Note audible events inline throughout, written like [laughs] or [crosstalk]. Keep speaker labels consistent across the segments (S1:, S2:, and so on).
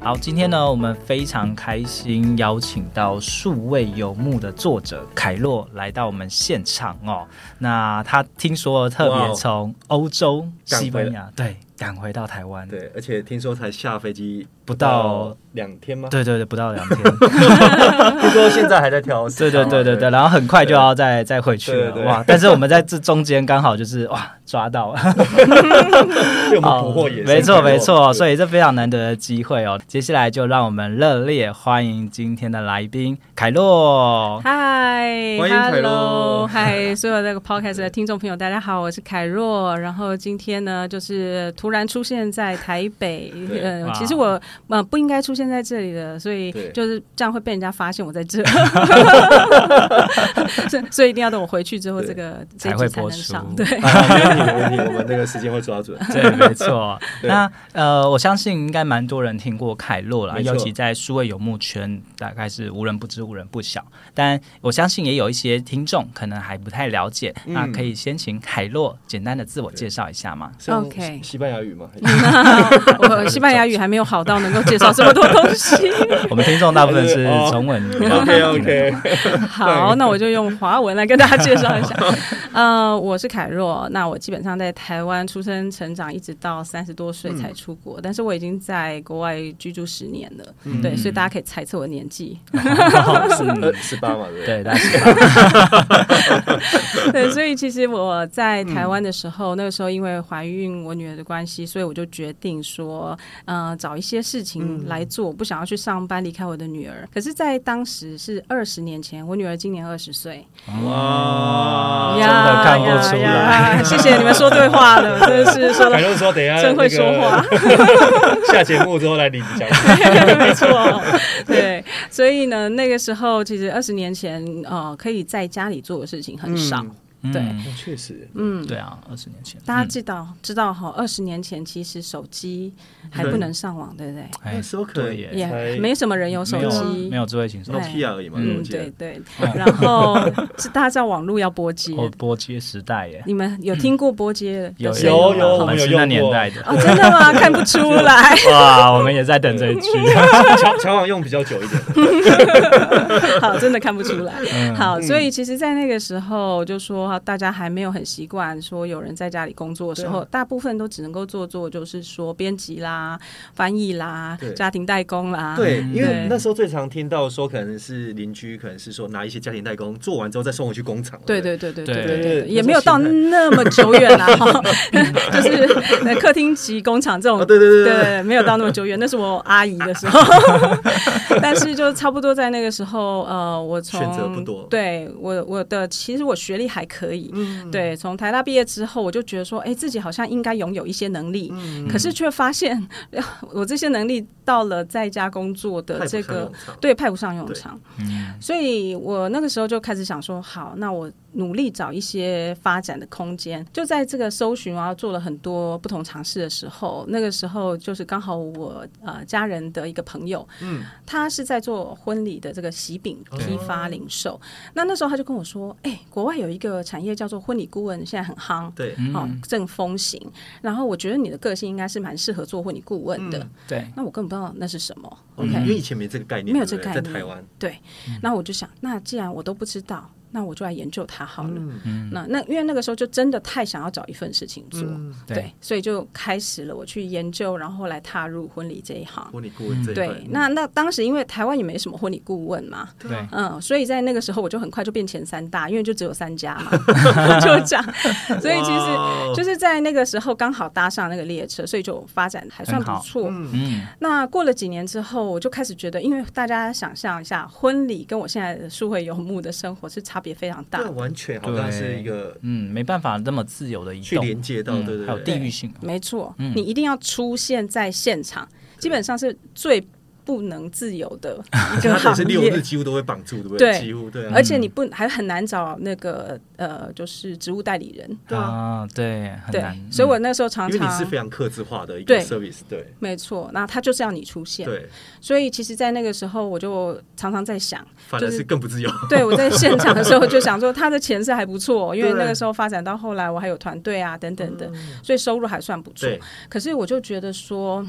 S1: 好，今天呢，我们非常开心邀请到数位游牧的作者凯洛来到我们现场哦。那他听说特
S2: 哇哦
S1: 别从欧洲
S2: 赶回
S1: 西班牙对赶回到台湾，
S2: 对，而且听说才下飞机
S1: 不到
S2: 两天吗？
S1: 对对对，不
S2: [laughs]
S1: 到两天，
S2: 听说现在还在调试。
S1: 对对对对对，然后很快就要再再回去
S2: 对对
S1: 了
S2: 对
S1: 哇！但是我们在这中间刚好就是哇抓到了。
S2: 被我们捕获野生
S1: 没错
S2: 凯洛
S1: 没错，
S2: 对
S1: 所以这非常难得的机会哦。接下来就让我们热烈欢迎今天的来宾凯
S2: [laughs]
S1: 洛。
S3: [laughs] 嗨，
S2: 欢迎凯洛
S3: hello，嗨，所有那个 podcast 的听众朋友，大家好，我是凯若。然后今天呢，就是突然出现在台北，
S2: 对
S3: 呃
S1: 哇，
S3: 其实我呃不应该出现在这里的，所以
S2: 对
S3: 就是这样会被人家发现我在这，
S2: [laughs]
S3: 所以所以一定要等我回去之后，
S2: 对
S3: 这个这
S1: 才
S3: 一
S1: 会
S3: 集才
S1: 播
S3: 能
S1: 出
S3: 上，对。
S2: [laughs] 啊没问题没问题，我们那个时间会抓
S1: [laughs]
S2: 准。
S1: 对，没错。
S2: 对
S1: 那呃，我相信应该蛮多人听过凯洛啦，
S2: 没错
S1: 尤其在数位游牧圈，大概是无人不知、无人不晓。但我相信也有一些听众可能还不太了解，
S2: 嗯
S1: 那可以先请凯洛简单的自我介绍一下
S2: [laughs]
S1: 吗？
S2: 是用
S3: OK
S2: 西班牙语吗？
S3: 我西班牙语还没有好到能够介绍这么多东
S2: [laughs]
S3: 西。
S1: 我们听众大部分是
S2: 哦
S1: 中文。
S2: OK OK，
S3: 好，那我就用华文来跟大家介绍一下。呃，我是凯若，那我基本上在台湾出生成长，一直到三十多岁才出国，但是我已经在国外居住十年了，对，所以大家可以猜测我年纪。
S2: 嗯呃，十八嘛，对不对？
S1: 对，但是
S3: 对，所以其实我在台湾的时候，那个时候因为怀孕我女儿的关系，所以我就决定说，呃，找一些事情来做，不想要去上班，离开我的女儿。可是，在当时是二十年前，我女儿今年二十岁，
S2: 哇
S3: 哦
S1: 真的看不
S3: 呀
S1: 出
S3: 呀
S1: 来
S3: 呀谢谢你们说对话了， [laughs] 真的是说的
S2: 哎
S4: 凯洛说：“等一下，。
S3: 真会说话。
S4: 下节目之后来领奖。
S3: [laughs] 没错，对，所以呢，那个时候其实二十年前，呃，可以在家里做的事情很少。对
S1: [laughs] 嗯
S2: 确实，
S1: 对啊，二十年前，
S3: 大家
S1: 嗯
S3: 知道、知道哈，二十年前其实手机还不能上网，对不对？
S1: 哎
S2: [laughs] 那时候可能
S1: 对耶，
S3: 也
S4: 才
S3: 没什么人有手
S1: 没有
S3: 机
S1: 哎没。有智慧型手机，
S2: Nokia 而已嘛，
S3: 嗯，
S2: 我记得
S3: 对对，然后是大家知道网络要拨接，
S1: 哦，波接时代耶，
S3: 你们有听过拨接的
S1: 有
S3: 声音吗？
S4: 有有我
S1: 我们
S4: 们
S1: 是
S4: 有
S1: 那
S4: 用
S1: 年
S4: 过
S1: 代
S3: [laughs]
S1: 的。
S3: 哦，真
S1: [laughs]
S3: 的吗？看不出来，
S1: 哇，我们也在等这一句。
S4: 乔乔网用比较久一点，
S3: [laughs] 好，真的看不出来。
S2: 嗯
S3: 好，所以其实，在那个时候，就说大家还没有很习惯说有人在家里工作的时候，大部分都只能够做做，就是说编辑啦、翻译啦
S2: 对、
S3: 家庭代工啦。
S2: 对，因为
S3: 对
S2: 那时候最常听到说，可能是邻居，可能是说拿一些家庭代工做完之后再送回去工厂。
S3: 对
S2: 对
S3: 对对对
S1: 对
S3: 对
S1: 对
S3: 对
S2: 对
S3: 对
S2: 对
S3: 也没有到那么久远
S2: [laughs]
S3: 啦， [laughs] 哈，就是呃客厅级工厂这种
S2: 不对，哦，对对对对
S3: 对，没有到那么久远，那是我阿姨
S2: [laughs]
S3: 的时候，但是就差不多在那个时候，呃，我从
S2: 选择不多
S3: 对我我的其实我学历还可以，
S2: 嗯
S3: 对，从台大毕业之后，我就觉得说，哎，自己好像应该拥有一些能力，
S2: 嗯
S3: 可是却发现、呃我这些能力到了在家工作
S2: 对，
S3: 的
S2: 派
S3: 这
S2: 不上
S3: 个
S2: 用场
S3: 对派不上用场，所以我那个时候就开始想说，好，那我努力找一些发展的空间。就在这个搜寻啊，做了很多不同尝试的时候，那个时候就是刚好我呃家人的一个朋友，嗯，他是在做婚礼的这个喜饼
S2: 哦
S3: 批发零售。那那时候他就跟我说，哎、国外有一个产业叫做婚礼顾问，现在很夯。
S2: 对，
S3: 好、正风行。然后我觉得你的个性应该是蛮适合做婚礼顾问的。
S1: 对，
S3: 那我根本不知道那是什么。
S2: 嗯哦因为以前没这个概念，
S3: 没有
S2: 对不
S3: 这
S2: 对
S3: 概念
S2: 在台湾，
S3: 对，那我就想，那既然我都不知道，那我就来研究它好了。
S2: 嗯
S1: 嗯
S3: 那那因为那个时候就真的太想要找一份事情做，
S2: 嗯，
S1: 对，
S3: 所以就开始了我去研究，然后来踏入婚礼这一行。
S2: 婚礼顾问这一块
S1: 嗯
S3: 对，那那当时因为台湾也没什么婚礼顾问嘛，
S1: 对，
S3: 嗯，所以在那个时候我就很快就变前三大，因为就只有三家
S1: [laughs]
S3: 嘛，就这样。所以其
S2: 哇
S1: 哦
S3: 实就是在那个时候刚好搭上那个列车，所以就发展还算
S1: 很
S3: 不
S1: 好
S3: 错。
S2: 嗯
S1: 嗯，
S3: 那过了几年之后，我就开始觉得，因为大家想象一下，婚礼跟我现在的数会游牧的生活是差别非常大
S2: 那
S3: 的。
S2: 完全好像是一个
S1: 嗯，没办法那么自由的移
S2: 去
S1: 动，
S2: 连接到，
S1: 嗯
S2: 对对
S1: 还有
S2: 对，
S1: 地域性，
S3: 没错，
S1: 嗯
S3: 你一定要出现在现场，基本上是最不能自由的一
S2: 它等
S3: 个
S2: 于
S3: 行
S2: 是六
S3: 业
S2: 日。几乎都会绑住，对不
S3: 对
S2: 几乎对啊，
S3: 而且你不还很难找那个呃，就是职务代理人，
S1: 啊，对，很
S3: 对
S2: 嗯
S1: 难，，
S3: 所以我那时候常
S2: 因为你是
S3: 常
S2: 非常克制化的一个
S3: 对
S2: service，对
S3: 没错，那他就是要你出现，
S2: 对，
S3: 所以其实，在那个时候，我就常常在想， [laughs]
S2: 反而
S3: 就是
S2: 是更不自由，
S3: 对我在现场的时候就想说，他的钱是还不错，因为
S2: 对
S3: 那个时候发展到后来，我还有团队啊等等的，所以收入还算不错。
S2: 嗯对
S3: 可是我就觉得说，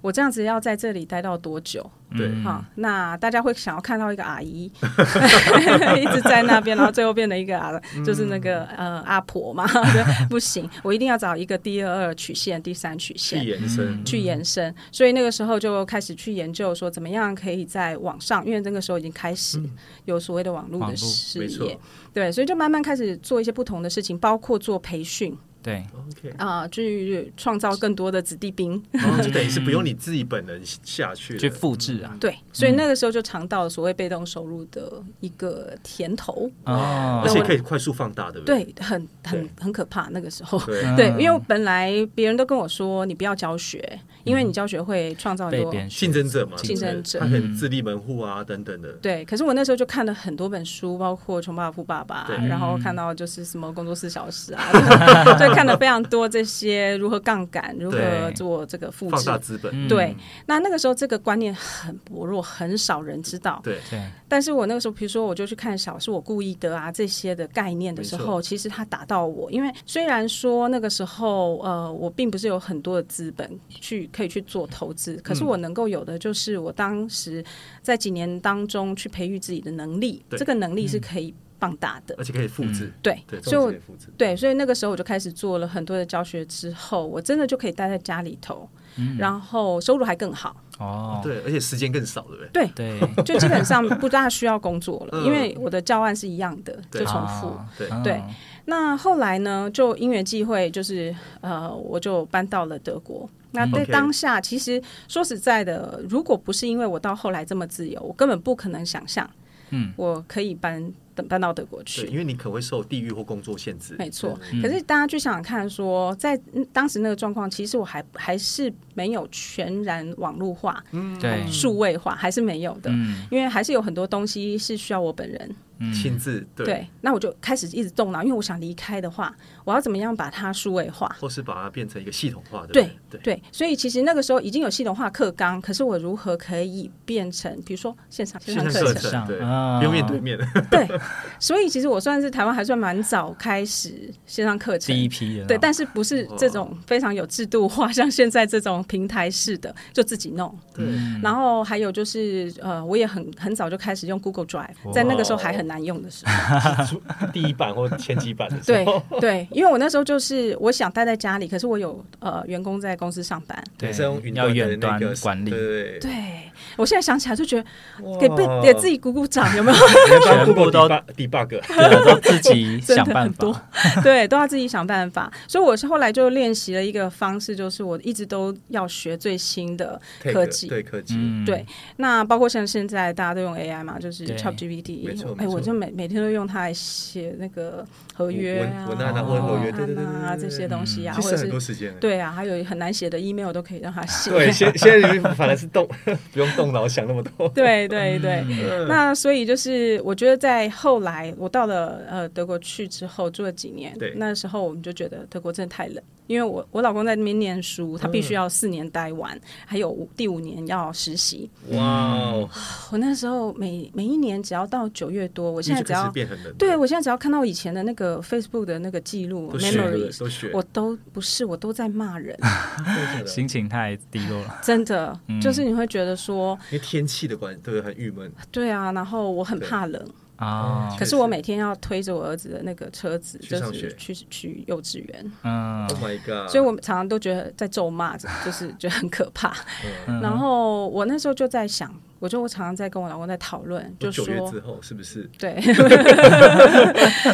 S3: 我这样子要在这里待到多久？
S2: 对
S1: 嗯
S3: 哈，那大家会想要看到一个阿姨 [laughs] 一直在那边，然后最后变成一个阿，
S1: 嗯
S3: 就是那个呃阿婆嘛， [laughs] 对不行，我一定要找一个第二曲线、第三曲
S2: 去
S3: 线。
S2: 延伸，
S3: 去延伸，所以那个时候就开始去研究说怎么样可以在网上，因为那个时候已经开始有所谓的网络
S1: 嗯网
S3: 的
S1: 络
S3: 事
S2: 没错
S3: 业，对，所以就慢慢开始做一些不同的事情，包括做培训
S1: 对，
S2: OK，
S1: 嗯
S3: 啊、去创造更多的子弟兵， [laughs]
S2: 然后就等于是不用你自己本人下去了
S1: 去复制啊，
S3: 对，所以那个时候就尝到了所谓被动收入的一个甜头，
S1: 哦，
S2: 而且可以快速放大，对不对？
S3: 对，很很很可怕那个时候。
S2: 对，
S1: 嗯
S3: [laughs] 对，因为我本来别人都跟我说你不要教学，
S2: 嗯
S3: 因为你教学会创造很
S1: 被
S3: 多
S1: 别人
S2: 竞争者嘛，
S3: 竞争者嗯
S2: 他可能自立门户啊等等的，
S3: 对，可是我那时候就看了很多本书，包括《穷爸爸富爸爸
S2: 对》，
S3: 然
S1: 嗯
S3: 后看到就是什么工作四小时啊， [laughs] 就是就看了非常多这些如何杠杆，如何
S1: 对
S3: 做这个复
S2: 放
S3: 制
S2: 大。资本，
S1: 嗯
S3: 对，那那个时候这个观念很薄弱，很少人知道。
S2: 对，
S1: 对，
S3: 但是我那个时候，比如说我就去看小是我故意的啊这些的概念的时
S2: 没错
S3: 候，其实它打到我，因为虽然说那个时候呃我并不是有很多的资本去可以去做投
S2: 嗯
S3: 资，可是我能够有的就是我当时在几年当中去培育自己的能力，
S2: 对
S3: 这个能力是可以放大的，
S2: 而且可以复制，
S1: 嗯
S3: 对
S2: 对，，
S3: 所以我
S2: 可以复制，
S3: 对，所以那个时候我就开始做了很多的教学，之后我真的就可以待在家里头，
S2: 嗯
S3: 然后收入还更好。
S1: 哦，
S2: 对，而且时间更少，对不对？
S3: 对，
S2: [laughs]
S1: 对，
S3: 就基本上不大需要工作了，
S2: 嗯
S3: 因为我的教案是一样的，
S2: 对
S3: 就重复。
S1: 啊
S2: 对
S1: 嗯
S3: 对那后来呢，就因缘际会，就是呃，我就搬到了德国。那在
S2: 嗯 OK
S3: 当下，其实说实在的，如果不是因为我到后来这么自由，我根本不可能想象，
S1: 嗯，
S3: 我可以搬等搬到德国去
S2: 对，。嗯因为你可能会受地域或工作限制，
S3: 没错
S2: 对，
S3: 可是大家去想想看说在嗯当时那个状况，其实我还还是没有全然网络化、
S1: 对，
S3: 数位化，还是没有的，
S1: 嗯
S3: 因为还是有很多东西是需要我本人。
S1: 嗯
S2: 亲自对，
S3: 对，那我就开始一直动脑，因为我想离开的话，我要怎么样把它数位化？
S2: 或是把它变成一个系统化，对
S3: 对
S2: 不对，
S3: 对，所以其实那个时候已经有系统化课纲，可是我如何可以变成，比如说线上线
S2: 线
S3: 上
S2: 上
S3: 课
S2: 课
S3: 程？
S2: 程，对，
S1: 啊
S2: 不用面对面，
S3: 对，所以其实我算是台湾还算蛮早开始线上课程
S1: 第。一批
S2: 啊
S1: 的，
S3: 对，但是不是这
S2: 哦
S3: 种非常有制度化，像现在这种平台式的，就自己弄。
S2: 对，
S3: 然后还有就是，呃，我也很很早就开始用 Google Drive，在
S2: 哦
S3: 那个时候还很难用的时
S2: [laughs]
S3: 候。
S4: 第一版或前几版的时
S3: 对
S2: 哦
S4: 候，
S3: 对，因为我那时候就是我想待在家里，可是我有呃员工在公司上班。
S1: 对
S2: 也是用云
S1: 要
S2: 端的
S1: 远
S2: 那
S1: 端
S2: 个
S1: 管理，
S2: 对对
S3: 对，我现在想起来就觉得
S2: 对，
S3: 给被
S2: 哇
S3: 给自己鼓鼓掌，有没有？
S4: 全
S1: 全部都
S4: debug，
S1: 对啊都自己
S3: 真的
S1: 想办
S3: 很
S1: 法
S3: 多，
S2: [laughs]
S3: 对，都要自己想办法。所以我是后来就练习了一个方式，就是我一直都要学最新的
S2: take，
S3: 科技。
S2: 对科技，
S1: 嗯，
S3: 对，那包括像现在大家都用 AI 嘛，就是
S1: 对
S3: ChatGPT，
S2: 没错没
S3: 哎、
S2: 错
S3: 我就每每天都用它来写那个合约啊、
S2: 文文案啊，
S1: 哦
S2: 文合约，对对对
S3: 文
S2: 对
S3: 案啊
S2: 对嗯
S3: 这些东西啊，
S2: 其
S3: 或
S2: 实
S3: 者
S2: 很多
S3: 是
S2: 时间，
S3: 对啊，还有很难写的 email 都可以让它写。
S4: 对，现现在人反而是动不用动脑想那么多，
S3: [laughs] 对对对，
S1: 嗯
S2: 嗯
S3: 那所以就是我觉得在后来我到了呃德国去之后住了几年
S2: 对，
S3: 那时候我们就觉得德国真的太冷，因为我我老公在那边念书，他必
S2: 嗯
S3: 须要四年待完，还有五第五年要实习。
S2: 哇哦，
S3: 我那时候每每一年只要到九月多，我现在
S2: 就
S3: 只
S2: 开始
S3: 要
S2: 变很冷，
S3: 对我现在只要看到以前的那个 Facebook 的那个记录
S2: 都学了
S3: memories。
S2: 都学，
S3: 我都不是，我都在
S2: [laughs]
S3: 骂人，
S2: 真的
S1: 心情太低落了，
S3: 真的，
S2: 嗯
S3: 就是你会觉得说，
S2: 因为天气的关，对，很郁闷，
S3: 对啊，然后我很怕冷，
S1: 啊，
S3: 可是我每天要推着我儿子的那个车子，
S2: 去
S3: 就
S2: 上
S3: 是
S2: 学
S3: 去去幼稚园，
S1: 嗯
S2: Oh my god！
S3: 所以我们常常都觉得在咒骂着，就是觉得很可怕。
S1: 嗯
S3: [laughs] 然后我那时候就在想，我就常常在跟我老公在讨论，就
S2: 嗯九
S3: 说
S2: 月之后是不是？ [laughs]
S3: 对，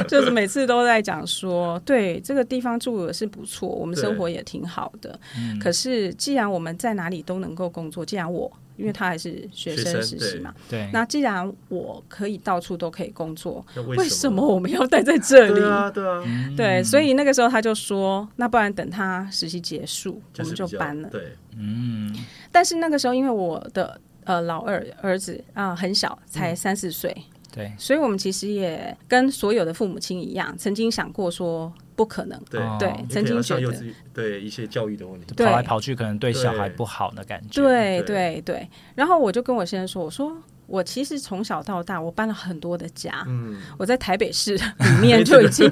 S3: 就是每次都在讲说，对这个地方住的是不错，我们
S2: 对嗯
S3: 生活也挺好的。可是既然我们在哪里都能够工作，既然我因为他还是
S2: 学
S3: 学生
S2: 生
S3: 实习嘛，
S1: 对，
S3: 那既然我可以到处都可以工作，
S2: 那
S3: 为
S2: 为
S3: 什
S2: 么
S3: 么？我们要待在这里？
S2: 对啊，对啊，
S1: 嗯
S3: 对，所以那个时候他就说，那不然等他实习结束，我
S2: 是
S3: 们就
S2: 比较
S3: 搬了。
S2: 对，
S1: 嗯
S3: 但是那个时候因为我的呃老二儿子啊、很小，才三四岁，
S1: 嗯对
S3: 所以我们其实也跟所有的父母亲一样，曾经想过说不可能，
S2: 对，
S1: 哦
S3: 对
S2: 你，可能
S3: 曾经
S2: 要
S3: 觉
S2: 上幼
S3: 得。
S2: 稚对一些教育的问
S3: [laughs]
S2: 题，
S1: 跑
S3: 对
S1: 来跑去可能对小孩
S2: 对
S1: 不好的感觉，
S3: 对
S2: 对
S3: 对对，然后我就跟我先生说：“我说我其实从小到大，我搬了很多的家，
S2: 嗯，
S3: 我在台
S1: [laughs]
S3: 北市里面就已经，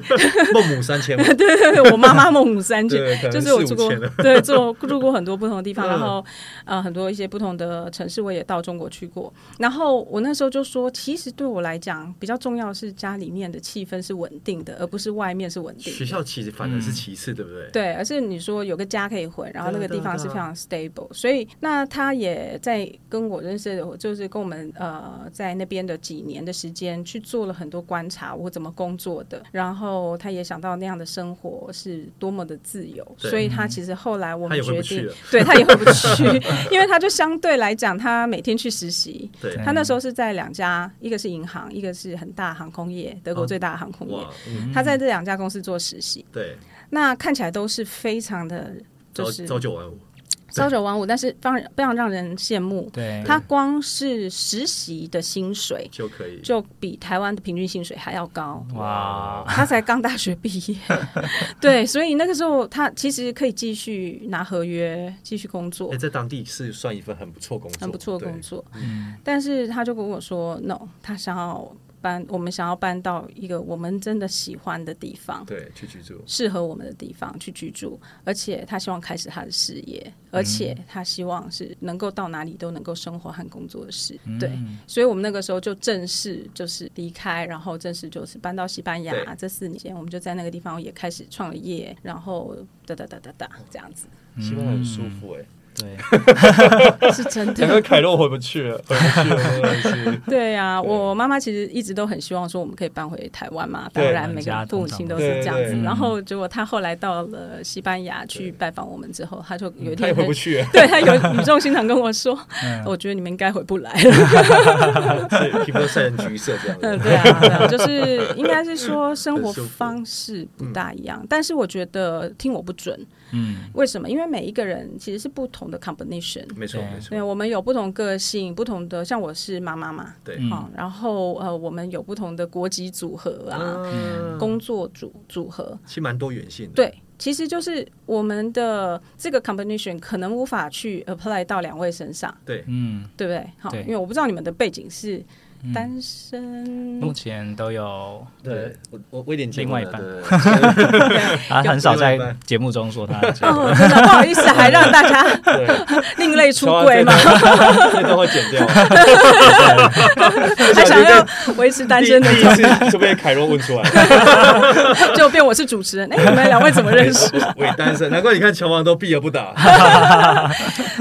S2: 孟母
S3: [laughs]
S2: 三迁嘛，
S3: 对对对，我妈妈孟母三迁，
S2: 对，可能
S3: 就是我
S2: 四
S3: 住
S2: 五
S3: 过
S2: 千了，
S3: 对，住住过很多不同的地方，
S2: 嗯
S3: 然后呃很多一些不同的城市，我也到中国去过。然后我那时候就说，其实对我来讲，比较重要是家里面的气氛是稳定的，而不是外面是稳定的。
S2: 学校其实反而是其次，对不对？
S3: 对，而是你说有个家可以混，然后那
S2: 对
S3: 个
S2: 啊
S3: 地方
S2: 对啊
S3: 是非常 stable，、所以那他也在跟我认识的，就是跟我们呃在那边的几年的时间去做了很多观察，我怎么工作的，然后他也想到那样的生活是多么的自由，
S2: 对
S3: 所以他其实后来我
S2: 他
S3: 们
S2: 也回不
S3: 决
S2: 去
S3: 定
S2: 了，，
S3: 对他也回不去， [laughs] 因为他就相对来讲，他每天去实习，
S2: 对，
S1: 对
S3: 他那时候是在两家，一个是银行，一个是很大航空业，德国最大的航空业，
S2: 哇，嗯，
S3: 他在这两家公司做实习。
S2: 对，
S3: 那看起来都是非常的，
S2: 朝
S3: 就是
S2: 朝九晚五，
S3: 朝九晚五，但是让非常让人羡慕。
S1: 对，
S3: 他光是实习的薪水
S2: 就可以，
S3: 就比台湾的平均薪水还要高。
S1: 哇，
S3: 他才刚大学毕
S2: [laughs]
S3: 业，对，所以那个时候他其实可以继续拿合约继续工作
S2: 哎，，在当地是算一份很不错工作，
S3: 很不错的
S2: 对嗯
S3: 工作。但是他就跟我说，no，他想要搬，我们想要搬到一个我们真的喜欢的地方。
S2: 对，去居住，
S3: 适合我们的地方去居住，而且他希望开始他的事业，而且他希望是能够到哪里都能够生活和工作的事。
S4: 嗯
S3: 对，所以我们那个时候就正式就是离开，然后正式就是搬到西班牙
S2: 对。
S3: 这四年间，我们就在那个地方也开始创了业，然后哒哒哒哒哒这样子，
S1: 嗯
S4: 西班牙很舒服哎，
S1: 对，
S3: [laughs] 是真
S4: 难怪
S3: 的。
S4: 凯洛回不去了，回不去了，真的是
S3: [laughs] 对呀、我妈妈其实一直都很希望说我们可以搬回台湾嘛，当
S4: 对
S3: 然每
S1: 我
S3: 个
S1: 们家
S3: 父母
S1: 通常
S3: 亲
S1: 都
S3: 都
S4: 是
S3: 是这样
S4: 对嗯
S3: 子。
S4: 对
S3: 然后结果她后来到了西班牙去拜访我们之后，她就有一
S4: 他
S3: 天
S4: 也回
S3: 很
S4: 不去了，
S3: 对他有语重心长跟我说，
S2: 嗯
S3: 我觉得你们应该回不来了。
S2: [laughs] [laughs] 对，皮肤晒成橘色这样
S3: 嗯，
S2: 子，
S3: [laughs] 对啊，对啊，就是应该是说生活
S2: 很舒服
S3: 方式不大一样，但是我觉得听我不准，
S1: 嗯，
S3: 为什么？因为每一个人其实是不同的 combination。
S2: 没错
S1: 对
S2: 没
S3: 对，
S2: 错，
S3: 我们有不同个性，不同的，像我是妈妈嘛，
S2: 对嗯
S3: 好、然后呃，我们有不同的国籍组合啊，
S2: 嗯，
S3: 工作组组合，
S2: 其实蛮多元性的，
S3: 对，其实就是我们的这个 combination 可能无法去 apply 到两位身上，
S2: 对，
S1: 嗯，
S3: 对不对？好，
S1: 对
S3: 因为我不知道你们的背景是单身，
S1: 目前都有，
S2: 对，我我我有点结
S1: 另
S2: 婚
S1: 外
S2: 了
S1: 一半
S2: 对对对
S1: 他很少
S2: 另外
S1: 在
S2: 一半
S1: 节目中说他的结论
S3: 哦，真的不好意思，还让大家另类 [laughs] 出
S2: [laughs]
S3: 轨嘛，
S4: 这都会剪
S3: [laughs]
S4: 掉。
S3: 还想要维持单
S4: 第
S3: 身的
S4: 第，一次就被凯洛问出
S3: [laughs]
S4: 来，
S3: 就变我是主持人。哎，你们两位怎么认识？
S2: [laughs] 伪单身，难怪你看乔王都避而不答，
S3: 大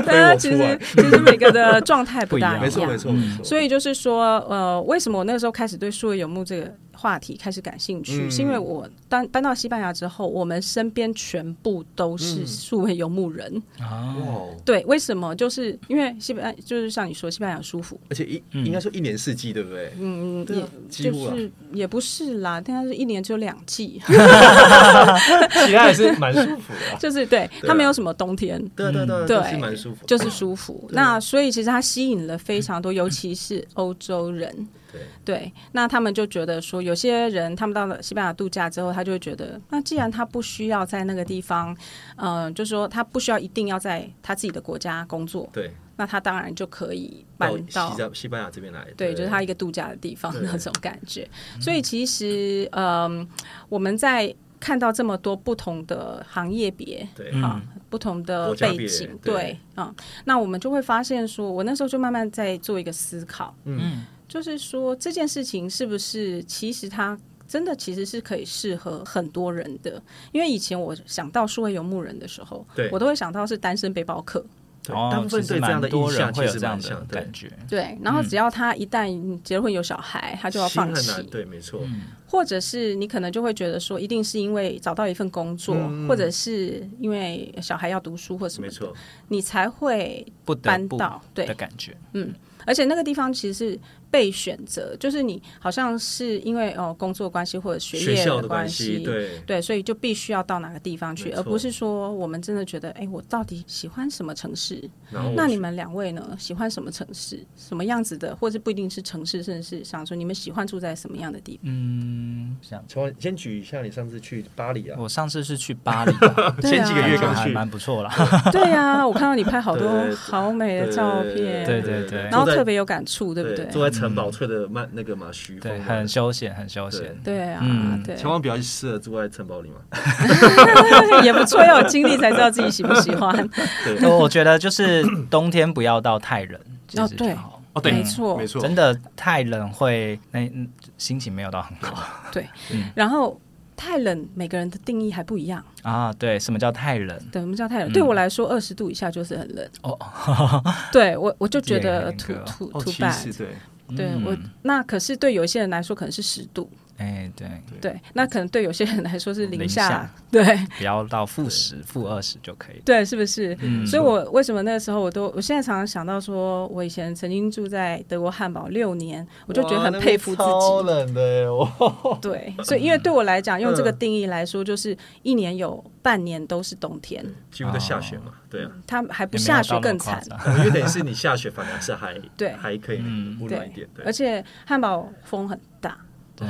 S3: 家
S4: 我
S3: 啊其
S4: 出来
S3: 实其实每个的状态 [laughs] 不大
S1: 不一样
S2: 没错没错没错，
S3: 所以就是说，呃，为什么我那个时候开始对数位游牧这个话题开始感兴趣，
S2: 嗯
S3: 是因为我搬搬到西班牙之后，我们身边全部都是数位游牧人。
S1: 哦，
S2: 哇，
S3: 对，为什么？就是因为西班牙，就是像你说，西班牙很舒服。
S2: 而且一应该说一年四季，对不对？
S3: 嗯，
S2: 对
S3: 也
S2: 啊几
S3: 就
S2: 乎啊
S3: 是也不是啦，但是一年只有两
S2: [laughs]
S3: 季，
S4: 其他还是蛮舒服的啊。
S3: 就是对
S2: 对啊
S3: 它没有什么冬天，
S2: 对啊对啊啊对啊，
S3: 嗯对
S2: 都是蛮舒服的，
S3: 就是舒服。那所以其实它吸引了非常多，尤其是欧洲人。
S2: 对
S3: 对，那他们就觉得说，有些人他们到了西班牙度假之后，他就会觉得，那既然他不需要在那个地方，呃，就说他不需要一定要在他自己的国家工作，
S2: 对，
S3: 那他当然就可以搬
S2: 到
S3: 到
S2: 西班西班牙这边来，
S3: 对，就是它一个度假的地方
S2: 对嗯
S3: 那种感觉。所以其实，嗯，我们在看到这么多不同的行业别。
S2: 对，
S3: 啊，不同的
S2: 国家
S3: 背
S2: 别
S3: 景，
S2: 对
S3: 对啊、那我们就会发现说，我那时候就慢慢在做一个思考，
S2: 嗯，
S3: 就是说这件事情是不是其实它真的其实是可以适合很多人的？因为以前我想到数位游牧人的时候
S2: 对，
S3: 我都会想到是单身背包客。
S2: 对
S1: 哦
S2: 大部分
S1: 其实
S2: 对这样的
S1: 蛮多
S2: 印象
S1: 人会有
S2: 其实
S1: 这样
S2: 蛮
S1: 的
S2: 像对
S1: 感觉，
S3: 对，然后只要他一旦结婚有小孩，他就要
S2: 嗯心
S3: 放
S2: 很
S3: 弃。
S2: 难，对，没错，
S3: 或者是你可能就会觉得说，一定是因为找到一份工作，
S2: 嗯
S3: 或者是因为小孩要读书或什
S2: 没
S3: 么的，
S2: 错，
S3: 你才会
S1: 不得
S3: 搬
S1: 不
S3: 到对
S1: 的感觉。
S3: 而且那个地方其实是被选择，就是你好像是因为哦工作关系或者学
S2: 学
S3: 业
S2: 校的
S3: 关
S2: 系，对，
S3: 对，所以就必须要到哪个地方去，
S2: 没错
S3: 而不是说我们真的觉得，哎，我到底喜欢什么城市？
S2: 然后
S3: 那你们两位呢？喜欢什么城市？什么样子的，或者不一定是城市，甚至是想说你们喜欢住在什么样的地方？
S1: 嗯，想
S4: 从先举一下你上次去巴黎啊，
S1: 我上次是去巴黎
S2: [laughs]
S1: 吧，
S3: 对啊
S2: 前几个月刚
S1: 还
S2: 去，
S1: 蛮不错啦。
S3: 对啊，我看到你拍好
S2: 对对
S3: 多
S2: 对
S3: 好美的照片，
S1: 对对对
S3: 然后
S2: 坐在
S3: 特别有感触，对不对？
S2: 坐在城堡吹的曼那个嘛徐
S1: 对，
S2: 风嘛，
S1: 很休闲，很休闲。
S3: 对啊
S1: 嗯，
S3: 对，
S2: 千万不要适合住在城堡里嘛，
S3: 也不错，要有经历才知道自己喜不喜欢。
S1: 我我觉得
S2: [coughs]
S1: 就是冬天不要到太冷，其实就
S3: 对
S1: 好。
S2: 哦
S3: 没错，
S2: 没错，
S1: 真的太冷会那嗯心情没有到很好
S3: 然后太冷，每个人的定义还不一样。
S1: 啊。对，什么叫太冷？
S3: 对，我们叫太冷。
S1: 嗯
S3: 对我来说，二十度以下就是很冷。
S1: 哦，
S3: 对我我就觉
S1: 也
S3: 得
S1: 很
S3: 土
S1: 严格
S3: 土
S2: 哦，
S3: 土
S2: 其实
S3: bad。
S2: 对，
S3: 对
S1: 嗯
S3: 我那可是对有一些人来说可能是十度，
S1: 哎，对，
S3: 对，那可能对有些人来说是
S1: 零
S3: 零
S1: 下
S3: 下，对
S1: 不要到负十、负二十就可以。
S3: 对，是不是？
S1: 嗯
S3: 所以我为什么那个时候我都，我现在常常想到说，我以前曾经住在德国汉堡六年，我就觉得
S4: 哇
S3: 很佩服自
S4: 那边超
S3: 己。
S4: 冷的耶，
S3: [laughs]
S4: 我
S3: 对，所以因为对我来讲，用这个
S2: 嗯
S3: 定义来说，就是一年有半年都是冬天，
S2: 几乎都下雪嘛，对 [laughs] 啊，
S3: 它还不
S1: 也没有
S3: 下雪
S1: 到那么
S3: 更
S1: 夸
S3: 惨。
S1: 张
S2: 因为等于是你下雪反而是还
S3: [laughs] 对
S2: 还可以
S1: 嗯
S2: 温暖一点，对
S3: 而，且汉堡风很大，
S1: 对，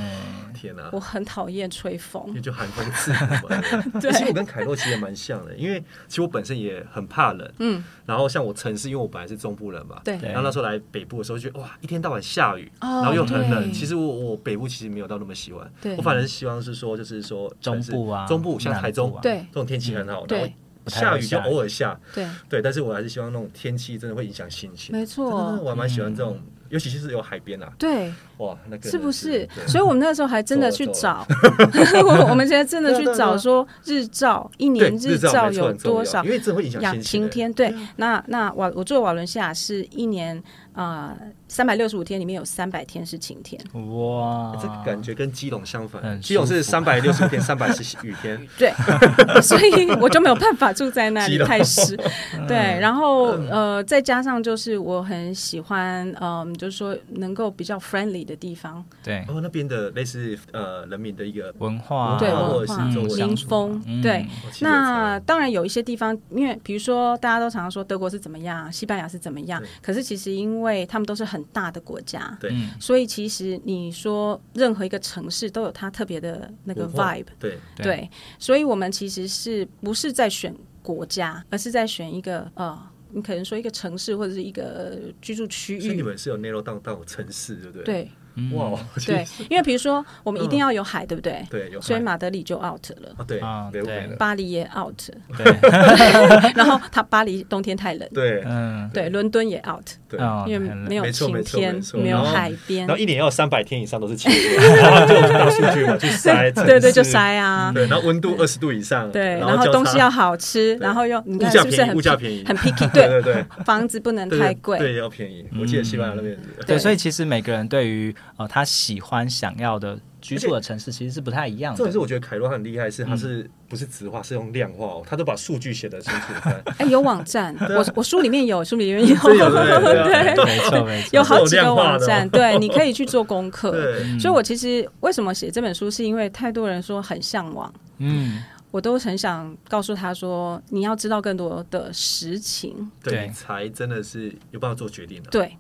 S2: 天哪
S3: 我，很讨厌吹
S2: 因
S3: 风
S2: 为。就寒风刺骨
S3: [laughs]
S2: 嘛。
S3: 对
S2: 其实我跟凯洛其实也蛮像的，因为其实我本身也很怕冷，
S3: 嗯，
S2: 然后像我城市，因为我本来是中部人嘛，
S3: 对
S1: 对
S2: 然后那时候来北部的时候，就觉得哇，一天到晚下雨，
S3: 哦
S2: 然后又很冷。
S3: 对
S2: 其实我我北部其实没有到那么喜欢，
S3: 对
S2: 我反而是希望是说，就是说
S1: 中部啊
S2: 城市中部像
S1: 南部啊
S2: 台中，
S3: 对
S2: 这种天气很好，然后
S3: 对
S1: 不太
S2: 下
S1: 会
S2: 雨就
S1: 下雨
S2: 偶尔下，
S3: 对，
S2: 对。但是我还是希望那种天气真的会影响心情，真的
S3: 没错，
S2: 我还蛮喜欢这种，
S1: 嗯
S2: 尤其是有海边啊，
S3: 对，
S2: 哇，那个
S3: 是不是？
S2: 对
S3: 所以我们那时候还真的去找， [laughs] 我我们现在真的去找说日照一
S2: 对
S3: 年
S2: 日
S3: 照
S2: 没错
S3: 有
S2: 很重
S3: 多
S2: 要
S3: 少
S2: 因？为这会影响心情
S3: 晴
S2: 的。
S3: 天对，那那瓦我住的瓦伦西亚是一年啊三百六十五天里面有三百天是晴天，
S1: 哇，
S2: 哎这个感觉跟基隆相反，
S1: 很
S2: 基隆是
S1: 舒服
S2: 三百六十
S1: [laughs]
S2: 天、三百十雨天， [laughs]
S3: 对，所以我就没有办法住在那里
S2: 激动嗯
S3: 太
S2: [laughs]
S3: 湿。对，然后呃，再加上就是我很喜欢，嗯、就是说能够比较 friendly 的地方，
S2: 哦
S1: 对
S2: 然后那边的类似呃人民的一个
S1: 文化
S3: 对
S2: 啊
S3: 文
S2: 或者
S3: 化、
S2: 是中文
S3: 民
S2: 相
S3: 风，
S1: 嗯
S3: 对。
S2: 哦其实
S3: 那当然有一些地方，因为比如说大家都常常说德国是怎么样，西班牙是怎么样
S2: 对，
S3: 可是其实因为他们都是很大的国家，
S2: 对
S1: 嗯
S3: 所以其实你说任何一个城市都有它特别的那个
S2: 文化
S3: vibe，
S2: 对
S1: 对
S3: 对，所以我们其实是不是在选国家，而是在选一个呃，你可能说一个城市或者是一个居住区
S2: 所以你
S3: 域，
S2: 们是有内陆到到城市，对不对？
S3: 对
S1: 嗯
S2: 哇，哇，
S3: 对，因为比如说我们一定要嗯有海，对不对？
S2: [laughs] 对，有
S3: 所以
S2: 海
S3: 马德里就 out 了。
S2: 啊，对
S1: 啊，
S2: 北部
S1: 对
S2: 没了，
S3: 巴黎也 out，
S1: 对，
S3: [laughs] 然后它巴黎冬天太冷，
S2: 对
S1: 嗯，
S3: 对，伦敦也 out，
S2: 对。
S1: 哦
S3: 因为
S1: 很冷
S3: 没有
S2: 没错
S3: 晴
S2: 没错
S3: 天
S2: 没，错
S3: 没有
S2: 然后
S3: 海边
S4: 然后，一年要有三百天以上都是晴天，然后就有大数据嘛，去
S3: [laughs]
S4: 筛，
S3: [laughs] 对对，就塞啊，
S2: 对，然后温度二十度以上，
S3: 对，
S2: 然
S3: 然后
S2: 交
S3: 东西
S2: 叉
S3: 要好吃，
S2: 对
S3: 然后又你
S2: 物
S3: 看
S2: 价
S3: 是不是
S2: 便宜，
S3: 很
S2: 物价便宜， [laughs]
S3: 很 picky，
S2: 对对
S3: 对，
S2: 对，
S3: 房子不能
S2: 对
S3: 太
S2: 对
S3: 贵，
S2: 要便宜。
S1: 嗯
S2: 我记得西班牙那边也是，
S1: 对，
S3: 对
S1: 所以其实每个人对于呃他喜欢想要的居住的城市其实是不太一样
S2: 重点是
S1: 的。
S2: 我觉得凯洛很厉害，是他
S1: 嗯
S2: 是不是直化，是用量化哦，他都把数据写得清楚。
S3: [laughs] 哎，有网站，我我书里面有，书里面有，啊
S2: 真啊有对对对
S1: 没 [laughs] 错没错，
S3: [laughs] 有好几
S2: 是有
S3: 个
S2: 量化
S3: 网
S2: 的哦
S3: 站，对，你可以去做功课。
S2: [laughs] 对，
S1: 嗯
S3: 所以我其实为什么写这本书，是因为太多人说很向往，
S1: 嗯，
S3: 我都很想告诉他说，你要知道更多的实情。
S2: 对
S1: 对
S2: 你才真的是有办法做决定的。
S1: 嗯
S3: 对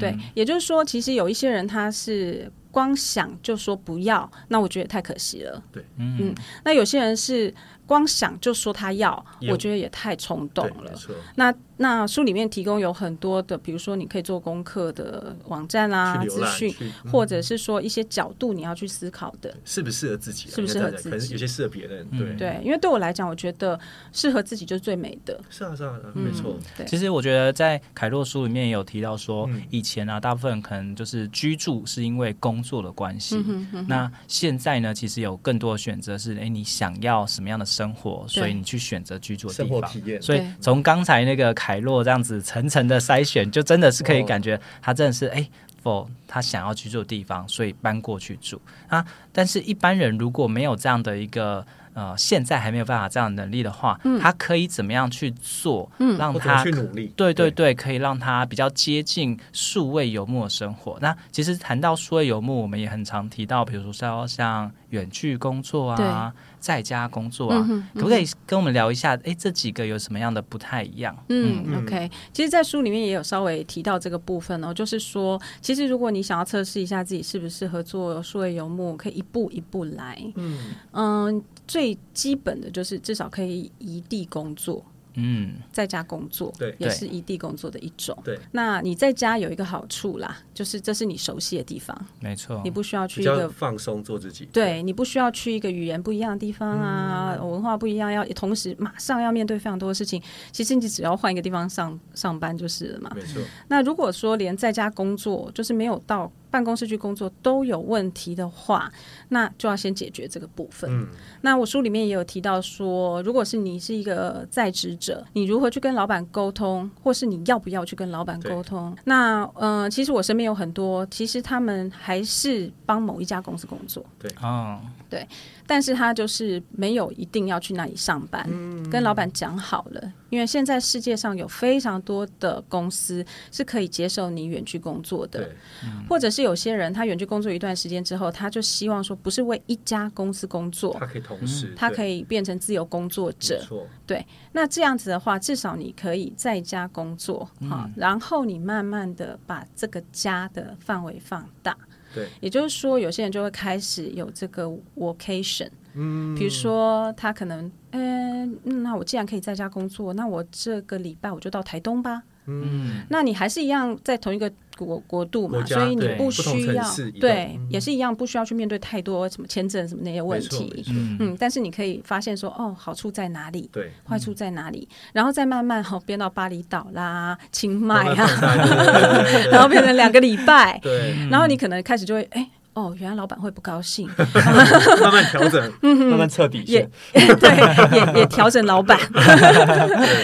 S3: 对，也就是说，其实有一些人他是光想就说不要，那我觉得也太可惜了。
S1: 嗯
S3: 那有些人是光想就说他要，
S2: 也
S3: 我觉得也太冲动
S2: 对
S3: 了
S2: 没。错，
S3: 那那书里面提供有很多的，比如说你可以做功课的网站啦、
S2: 去浏
S3: 资
S2: 览
S3: 讯，
S2: 去嗯
S3: 或者是说一些角度你要去思考的。
S2: 适不适合自己啊，
S3: 适不适合自己
S2: 可能有些适合别人，
S1: 嗯
S2: 对，
S3: 对，因为对我来讲，我觉得适合自己就是最美的。
S2: 是啊是啊，没错
S3: 嗯，，对，
S1: 其实我觉得在凯洛书里面也有提到说，
S2: 嗯
S1: 以前啊，大部分人可能就是居住是因为工作的关系。
S3: 嗯哼嗯哼
S1: 那现在呢，其实有更多的选择是，哎，你想要什么样的生活，所以你去选择居住的
S2: 生
S1: 地
S2: 活
S1: 方。
S2: 体验，
S1: 所以
S3: 对
S1: 从刚才那个凯洛这样子层层的筛选，就真的是可以感觉他真的是哎。否，他想要居住的地方，所以搬过去住啊。但是，一般人如果没有这样的一个呃，现在还没有办法这样的能力的话，他可以怎么样去做，让
S2: 或
S1: 他
S2: 者去努力，
S1: 对对对，可以让他比较接近数位游牧的生活。那其实谈到数位游牧，我们也很常提到，比如说像远距工作啊，在家工作啊，
S3: 嗯哼
S1: 可不可以跟我们聊一下？哎，这几个有什么样的不太一样？
S3: 嗯 o k 其实，在书里面也有稍微提到这个部分哦，就是说，其实如果你想要测试一下自己适不适合做数位游牧，可以一步一步来。嗯最基本的就是至少可以移地工作，
S1: 嗯
S3: 在家工作，
S2: 对
S3: 也是异地工作的一种。
S2: 对，
S3: 那你在家有一个好处啦，就是这是你熟悉的地方，
S1: 没错
S3: 你，不需要去
S2: 比
S3: 一
S2: 较
S3: 个。
S2: 放松做自己，
S3: 对你不需要去一个语言不一样的地方啊，文化不一样，要同时马上要面对非常多的事情。其实你只要换一个地方上上班就是了嘛。
S2: 没错，
S3: 那如果说连在家工作，就是没有到办公室去工作都有问题的话，那就要先解决这个部分。
S2: 嗯，
S3: 那我书里面也有提到说，如果是你是一个在职者，你如何去跟老板沟通，或是你要不要去跟老板沟通？那呃，其实我身边有很多，其实他们还是帮某一家公司工作，
S1: 哦，
S3: 但是他就是没有一定要去那里上班，跟老板讲好了，因为现在世界上有非常多的公司是可以接受你远距工作的
S2: 对，，嗯
S3: 或者是有些人他远距工作一段时间之后，他就希望说不是为一家公司工作
S2: 他。可以同时，
S3: 嗯他可
S2: 以
S3: 以变成自由工作者
S2: 没，错，
S3: 那这样子的话，至少你可以在家工作
S2: 嗯
S3: 哈、然后你慢慢的把这个家的范围放大。
S2: 对，
S3: 也就是说，有些人就会开始有这个 vocation，嗯，比如说他可能，嗯、嗯那我既然可以在家工作，那我这个礼拜我就到台东吧。
S1: 嗯
S3: 那你还是一样在同一个国国度
S2: 国
S3: 嘛，
S2: 家
S3: 所以你
S1: 对
S2: 不同
S3: 需
S2: 城
S3: 要
S2: 市移动
S3: 对，也是一样不需要去面对太多什么签证什么那些问
S2: 嗯没错，没
S3: 题。
S2: 错，
S1: 嗯
S3: 嗯，但是你可以发现说，哦，好处在哪里？
S2: 对，
S3: 坏处在哪里，然后再慢慢好变到巴厘岛啦、清迈
S2: 慢慢放大
S3: 啊，
S2: 对
S3: [laughs]
S2: 对对
S3: 然后变成两个礼拜， [laughs]
S2: 对，
S3: 然后你可能开始就会哎。哦，原来老板会不高兴， [laughs]
S2: 慢慢调整，
S3: 嗯
S4: 慢慢彻底线，
S3: 对，也也调整
S2: [laughs]
S3: 老板，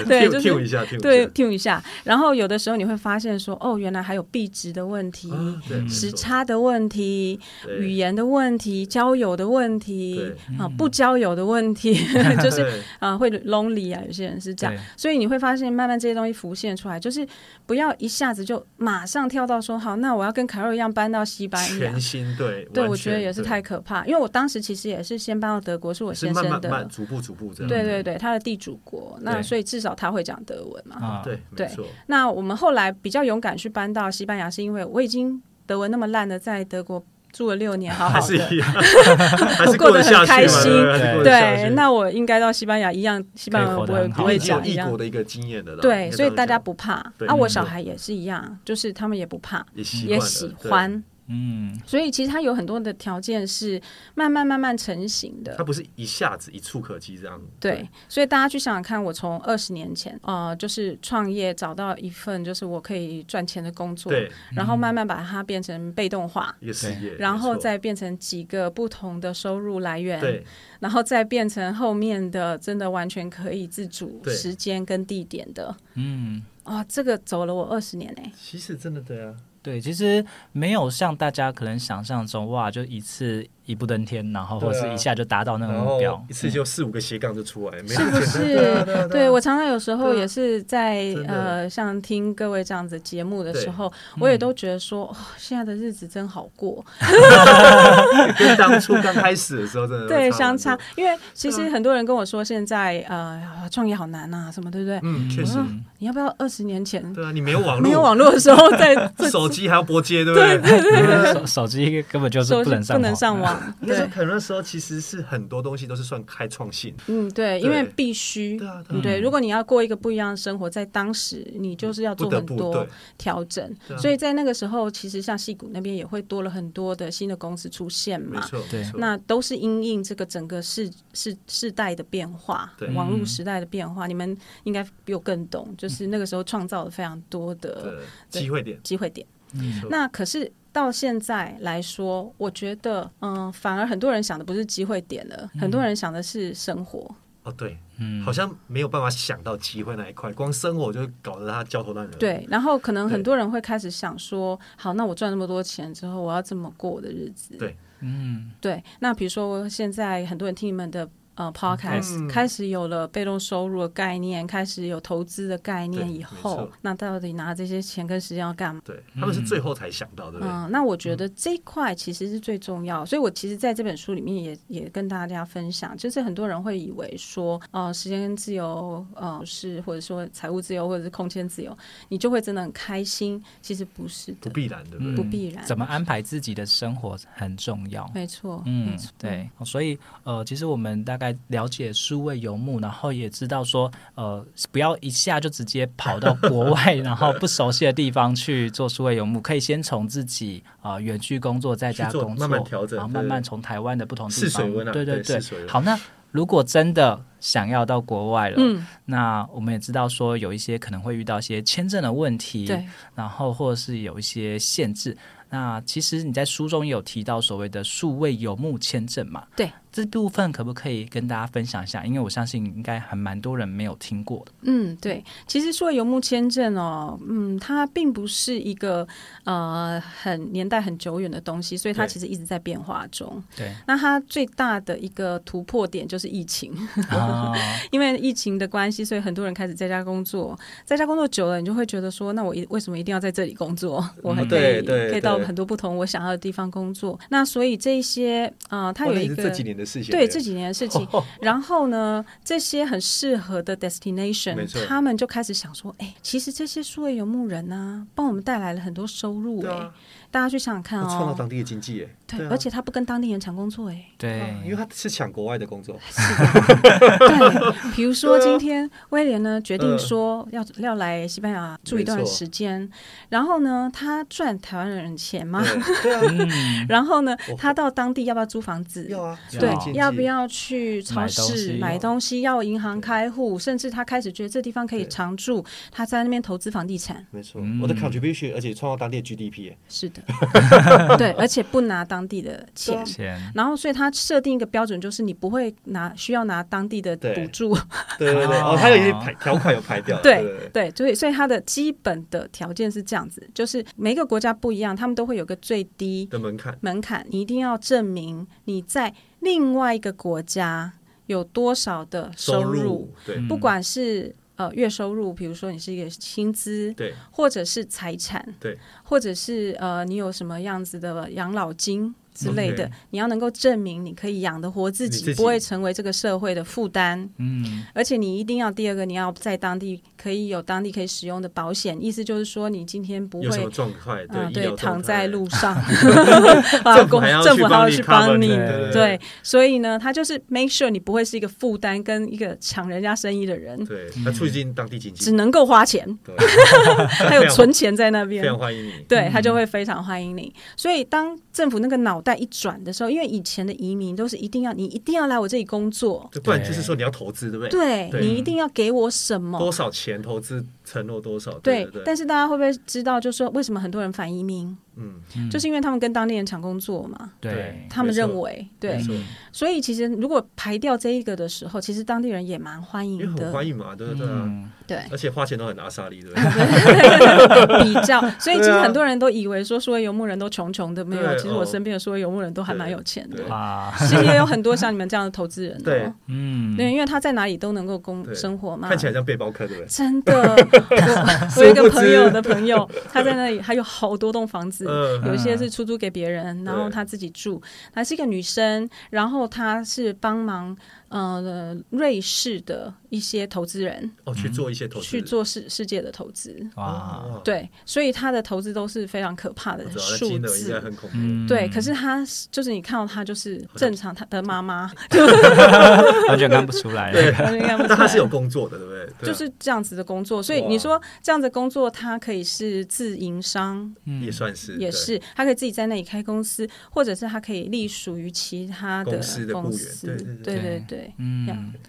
S3: 对就是
S2: Q 一下，Q
S3: 对，听一下。然后有的时候你会发现说，哦，原来还有币值的问题、
S2: 啊，对，没错
S3: 时，差的问题、
S2: 对
S3: 语言的问题、交友的问题啊，不交友的问
S2: [laughs]
S3: 题，就是
S2: 对
S3: 啊、会 lonely 啊，有些人是这样
S1: 对，
S3: 所以你会发现慢慢这些东西浮现出来，就是不要一下子就马上跳到说好，那我要跟凯瑞一样搬到西班牙
S2: 全。新对，
S3: 对，
S2: 完
S3: 我觉得
S2: 全
S3: 也是
S2: 对
S3: 太可怕，因为我当时其实也是先搬到德国，是我
S2: 是
S3: 先
S2: 慢
S3: 生
S2: 慢
S3: 的，
S2: 慢逐步逐步这样，
S3: 对对对，他的地主国，那
S2: 对
S3: 所以至少他会讲德文嘛。
S1: 啊，
S2: 对，
S3: 对
S2: 没错，
S3: 那我们后来比较勇敢去搬到西班牙，是因为我已经德文那么烂的，在德国住了六年，好
S2: 还
S3: 好
S2: 是一
S3: 的。 [laughs]
S2: 样，还是
S3: 过得
S2: 得下
S3: 很
S2: 去
S3: 开
S2: 嘛
S3: 心
S2: 对还是过得下
S3: 对，
S2: 去
S3: 那我应该到西班牙一样，西班牙
S1: 可以
S3: 我
S1: 活得
S3: 也
S1: 很
S3: 不
S1: 好
S2: 因为
S3: 会
S2: 已经有
S3: 讲一
S2: 异
S3: 样
S2: 国。的一个经验的啦，
S3: 对，
S2: 应该
S3: 所以
S2: 这样
S3: 大家
S2: 讲
S3: 不怕
S2: 对
S3: 啊，我
S2: 嗯
S3: 小孩也是一样，就是他们也不怕，
S2: 也习
S3: 也
S2: 惯了
S3: 喜
S2: 对
S3: 欢，
S1: 嗯，
S3: 所以其实他有很多的条件是慢慢慢慢成型的
S2: 它。不是一下子一触可及这样。
S3: 对，所以大家去想想看，我从二十年前，呃，就是创业找到一份就是我可以赚钱的工作，
S2: 对，
S3: 然后慢慢把它变成被动化，
S2: 一个事业，
S3: 然后
S2: 没错
S3: 再变成几个不同的收入来源，
S2: 对
S3: 然后再变成后面的真的完全可以自主
S2: 对
S3: 时间跟地点的。
S1: 嗯。
S3: 啊，这个走了我二十年哎、
S4: 其实真的对啊，
S1: 对，其实没有像大家可能想象中哇，就一次一步登天，然后
S4: 对
S1: 或
S4: 啊
S1: 者是一下就达到那个
S4: 然
S1: 目
S4: 后
S1: 标嗯
S2: 一。次就四五个斜杠就出来，没
S3: 是不
S4: 对啊
S3: 是？
S4: 对啊对
S3: 对
S4: 啊
S3: 我常常有时候也是在
S2: 真的
S3: 呃，像听各位这样子节目的时候，我也都觉得说，哦，现在的日子真好过。
S2: 跟当初刚开始的时候真的会
S3: 对，
S2: 蛮
S3: 相差
S2: 多，，
S3: 因为其实很多人跟我说，现在呃，创业好难啊，什么对不对？
S2: 嗯，确实，
S3: 你要不要二十年前
S2: 对啊，你没有网络，
S3: 没有网络的时候在
S2: [laughs]
S3: 在
S2: 手机还要拨接，对不对？
S1: 手手机根本就是
S3: 手
S1: 不
S3: 机
S1: 能上
S3: 不能
S1: 网
S3: 上网？
S2: [laughs] 那时候
S3: 对，
S2: 可能那时候其实是很多东西都是算开创性，
S3: 嗯，对，因为必须
S2: 对。啊，对啊，
S3: 对，如果你要过一个不一样的生活，在当时你就是要
S2: 嗯不
S3: 嗯做
S2: 得
S3: 很
S2: 不
S3: 多
S2: 对，
S3: 调整，
S2: 对啊
S3: 所以在那个时候，其实像戏谷那边也会多了很多的新的公司出现
S2: 没
S3: 嘛。
S2: 错，
S1: 对
S2: 没错
S3: 啊那都是因应这个整个世世世代的变化
S2: 对，
S3: 网络时代的变化，你们应该比我更懂，就是那个时候创造了非常多的
S2: 对机会点，
S3: 机会点。
S2: 嗯没错
S3: 那可是到现在来说，我觉得，嗯、反而很多人想的不是机会点了，很
S2: 嗯
S3: 多人想的是生活。
S2: 哦，对，
S1: 嗯
S2: 好像没有办法想到机会那一块，光生活就搞得他焦头烂额，
S3: 对，然后可能
S2: 对
S3: 很多人会开始想说，好，那我赚那么多钱之后，我要怎么过我的日子？
S2: 对
S1: 嗯，
S3: 对，那比如说现在很多人听你们的呃 podcast，、
S2: 嗯
S3: 开始有了被动收入的概念，开始有投资的概念
S2: 对
S3: 以
S2: 没
S3: 后
S2: 错，
S3: 那到底拿这些钱跟时间要干嘛？
S2: 对，他
S1: 嗯
S2: 们是最后才想到，对不对？
S3: 嗯，那我觉得这一块其实是最重要，所以我其实在这本书里面也也跟大家分享，就是很多人会以为说，呃，时间自由，呃，是或者说财务自由，或者是空间自由，你就会真的很开心，其实不是
S2: 不
S3: 的，
S2: 必然，对
S5: 嗯
S2: 不对？
S3: 不必然
S1: 怎么安排自己的生活很重要。
S3: 没错，没
S1: 嗯
S3: 错，
S1: 对，所以呃，其实我们大概了解数位游牧，然后也知道说，呃，不要一下就直接跑到国
S2: [laughs]
S1: 外，然后不熟悉的地方去做数位游牧，可以先从自己啊、呃远距工作，在家
S2: 去做
S1: 工作，
S2: 慢慢调整
S1: 然后
S2: 对
S1: 慢慢从台湾的不同地
S2: 试
S1: 方，
S2: 水温啊
S1: 对
S2: 对试
S1: 对
S2: 水温
S1: 好，那如果真的想要到国外了，
S3: 嗯，
S1: 那我们也知道说有一些可能会遇到一些签证的问题，
S3: 对，
S1: 然后或者是有一些限制。那其实你在书中也有提到所谓的数位游牧签证嘛？
S3: 对，
S1: 这部分可不可以跟大家分享一下？因为我相信应该还蛮多人没有听过的。
S3: 嗯，对，其实说游牧签证哦，嗯，它并不是一个呃很年代很久远的东西，所以它
S2: 对
S3: 其实一直在变化中。
S1: 对
S3: 那它最大的一个突破点就是
S2: [laughs]
S3: 疫情，
S1: 啊，
S3: 因为疫情的关系，所以很多人开始在家工作。在家工作久了，你就会觉得说，那我一为什么一定要在这里工作？我还可以、
S2: 嗯对对
S3: 可以到
S2: 对
S3: 很多不同我想要的地方工作。那所以这一些呃，它
S2: 哇
S3: 有
S2: 那
S3: 一
S2: 也是
S3: 个
S2: 这几年的事情，欸
S3: 对这几年的
S2: [laughs]
S3: 事情。然后呢，这些很适合的
S2: 没
S3: destination，
S2: 错
S3: 他们就开始想说，哎，其实这些数位游牧人呢、帮我们带来了很多收入、
S2: 对
S3: 哎、
S2: 啊，
S3: 大家去想想看
S2: 那创造
S3: 哦。
S2: 当地的经济，哎，
S3: 对，
S2: 对啊
S3: 而且他不跟当地人抢工
S2: [laughs]
S3: 作、哎，
S1: 对，
S2: 因为他是抢国外的工作，
S3: 对，比如说
S2: 对啊嗯
S3: 今天威廉呢决定说要、要来西班牙住一段
S2: 没错
S3: 时间，然后呢，他赚台湾人钱嘛，
S2: 对对啊，
S1: 嗯，
S3: [laughs] 然后呢
S2: 我，
S3: 他到当地要不要租房子？
S2: 要啊，
S1: 要
S2: 创
S3: 对
S2: 造经，济
S3: 要不？要去超
S1: 买东
S3: 市
S1: 西
S3: 买东西？要银行开户，甚至他开始觉得这地方可以
S2: 对
S3: 常住，他在那边投资房地产。
S2: 没错
S1: 嗯，
S2: 我的 contribution，而且创造当地的 GDP，哎
S3: 是的，对，而且不拿当地的钱。
S1: 钱
S3: 然后，所以他设定一个标准，就是你不会拿需要拿当地的
S2: 对
S3: 补助，
S2: [laughs] 对对对，
S1: 哦
S2: 哦，他有一些排条款有排掉，
S3: 啊 [laughs] 对
S2: 对
S3: 对，所以所以它的基本的条件是这样子，就是每个国家不一样，他们都会有个最低
S2: 的门槛，
S3: 门槛，你一定要证明你在另外一个国家有多少的收入，嗯
S2: 入，对
S3: 不管是呃月收入，比如说你是一个薪资，
S2: 对
S3: 或者是财产，
S2: 对，
S3: 或者是呃你有什么样子的养老金。之类的
S2: OK
S3: 你要能够证明你可以养得活自己，
S2: 你自己
S3: 不会成为这个社会的负担。
S1: 嗯，
S3: 而且你一定要第二个，你要在当地可以有当地可以使用的保险，意思就是说你今天不
S2: 有什么
S3: 会。
S2: 状况？
S3: 嗯、
S2: 对，医疗
S3: 对，
S2: 状态
S3: 躺在路，
S2: [laughs]
S3: 上， [laughs]
S2: 政府
S3: 公
S2: 还要
S3: 政府还要
S2: 去
S3: 去
S2: 帮
S3: 帮
S2: 你
S3: 你
S2: cover 你对，
S3: 对，所以呢，他就是 make sure 你不会是一个负担跟一个抢人家生意的人，
S2: 对，他促进当地经
S3: 只
S2: 济，
S3: 能够花钱，
S2: 对，
S3: 还有存钱在那
S2: 非
S3: 边，
S2: [laughs] 常欢迎你，
S3: 对他就会非常欢迎你。所以当政府那个脑袋一转的时候，因为以前的移民都是一定要你一定要来我这里工作，
S2: 就不然就是说你要投资，对不对？
S3: 对
S2: 对
S3: 你一定要给我什么，
S2: 多少钱投资承诺多少？
S3: 对
S2: 对对，
S3: 但是大家会不会知道，就是说为什么很多人反移民，
S2: 嗯，
S1: 嗯
S3: 就是因为他们跟当地人抢工作嘛，
S1: 对
S2: 对
S3: 他们
S2: 没错
S3: 认为对
S2: 没，错，
S3: 所以其实如果排掉这一个的时候，其实当地人也蛮欢
S2: 因为
S3: 迎
S2: 很
S3: 的，啊
S2: 欢迎嘛，对不对啊？
S1: 嗯
S3: 对，
S2: 而且花钱都很阿莎利，对不对？
S3: 比较，所以其
S2: [laughs] 对
S3: 实
S2: 啊
S3: 很多人都以为说苏维游牧人都穷穷的，没有，啊
S2: 对
S3: 其实我
S2: 哦
S3: 身边的苏维游牧人都还蛮有钱的
S2: 对，
S1: 啊，
S3: 其实也有很多像你们这样的投资人哦，
S2: 对
S1: 嗯，
S3: 对，因为他在哪里都能够供
S2: 对
S3: 生活嘛
S2: 看。起来像背包客，对不对？
S3: 真
S2: [laughs]
S3: 的，我我有一
S2: 殊不
S3: 个朋友
S2: 知
S3: 的朋友，他在那里还有好多栋房子，
S2: 嗯
S3: 有一些是出租给别人，然后
S2: 对
S3: 她自己住。她是一个女生，然后她是帮忙呃瑞士的一些投资人
S2: 哦，去做一些投资，
S3: 去做世世界的投资。
S1: 哇，
S2: 哦，
S3: 对，所以她的投资都是非常可怕的
S2: 我知道那
S3: 数
S2: 金额应该
S3: 字。
S2: 很恐怖。
S1: 嗯
S3: 对，可是她是就是你看到她就是正常，她的
S2: [laughs]
S3: 妈妈
S1: [laughs] 完全看不出来，
S2: 对 [laughs]
S3: 完全看不出
S2: 但他是
S3: 来
S2: 有工作的，对不对？对
S3: 就
S2: 啊
S3: 是这样子的工作，所以
S2: 哇
S3: 你说这样的工作，她可以是自营商，
S1: 嗯
S2: 也算是
S3: 也
S2: 对
S3: 是，他可以自己在那里开公司，或者是他可以隶属于其他的
S2: 公司的雇
S3: 公
S2: 员
S3: 司
S2: 对
S3: 对
S2: 对
S3: 对
S1: 对
S3: 对
S1: 对
S3: 对
S1: 嗯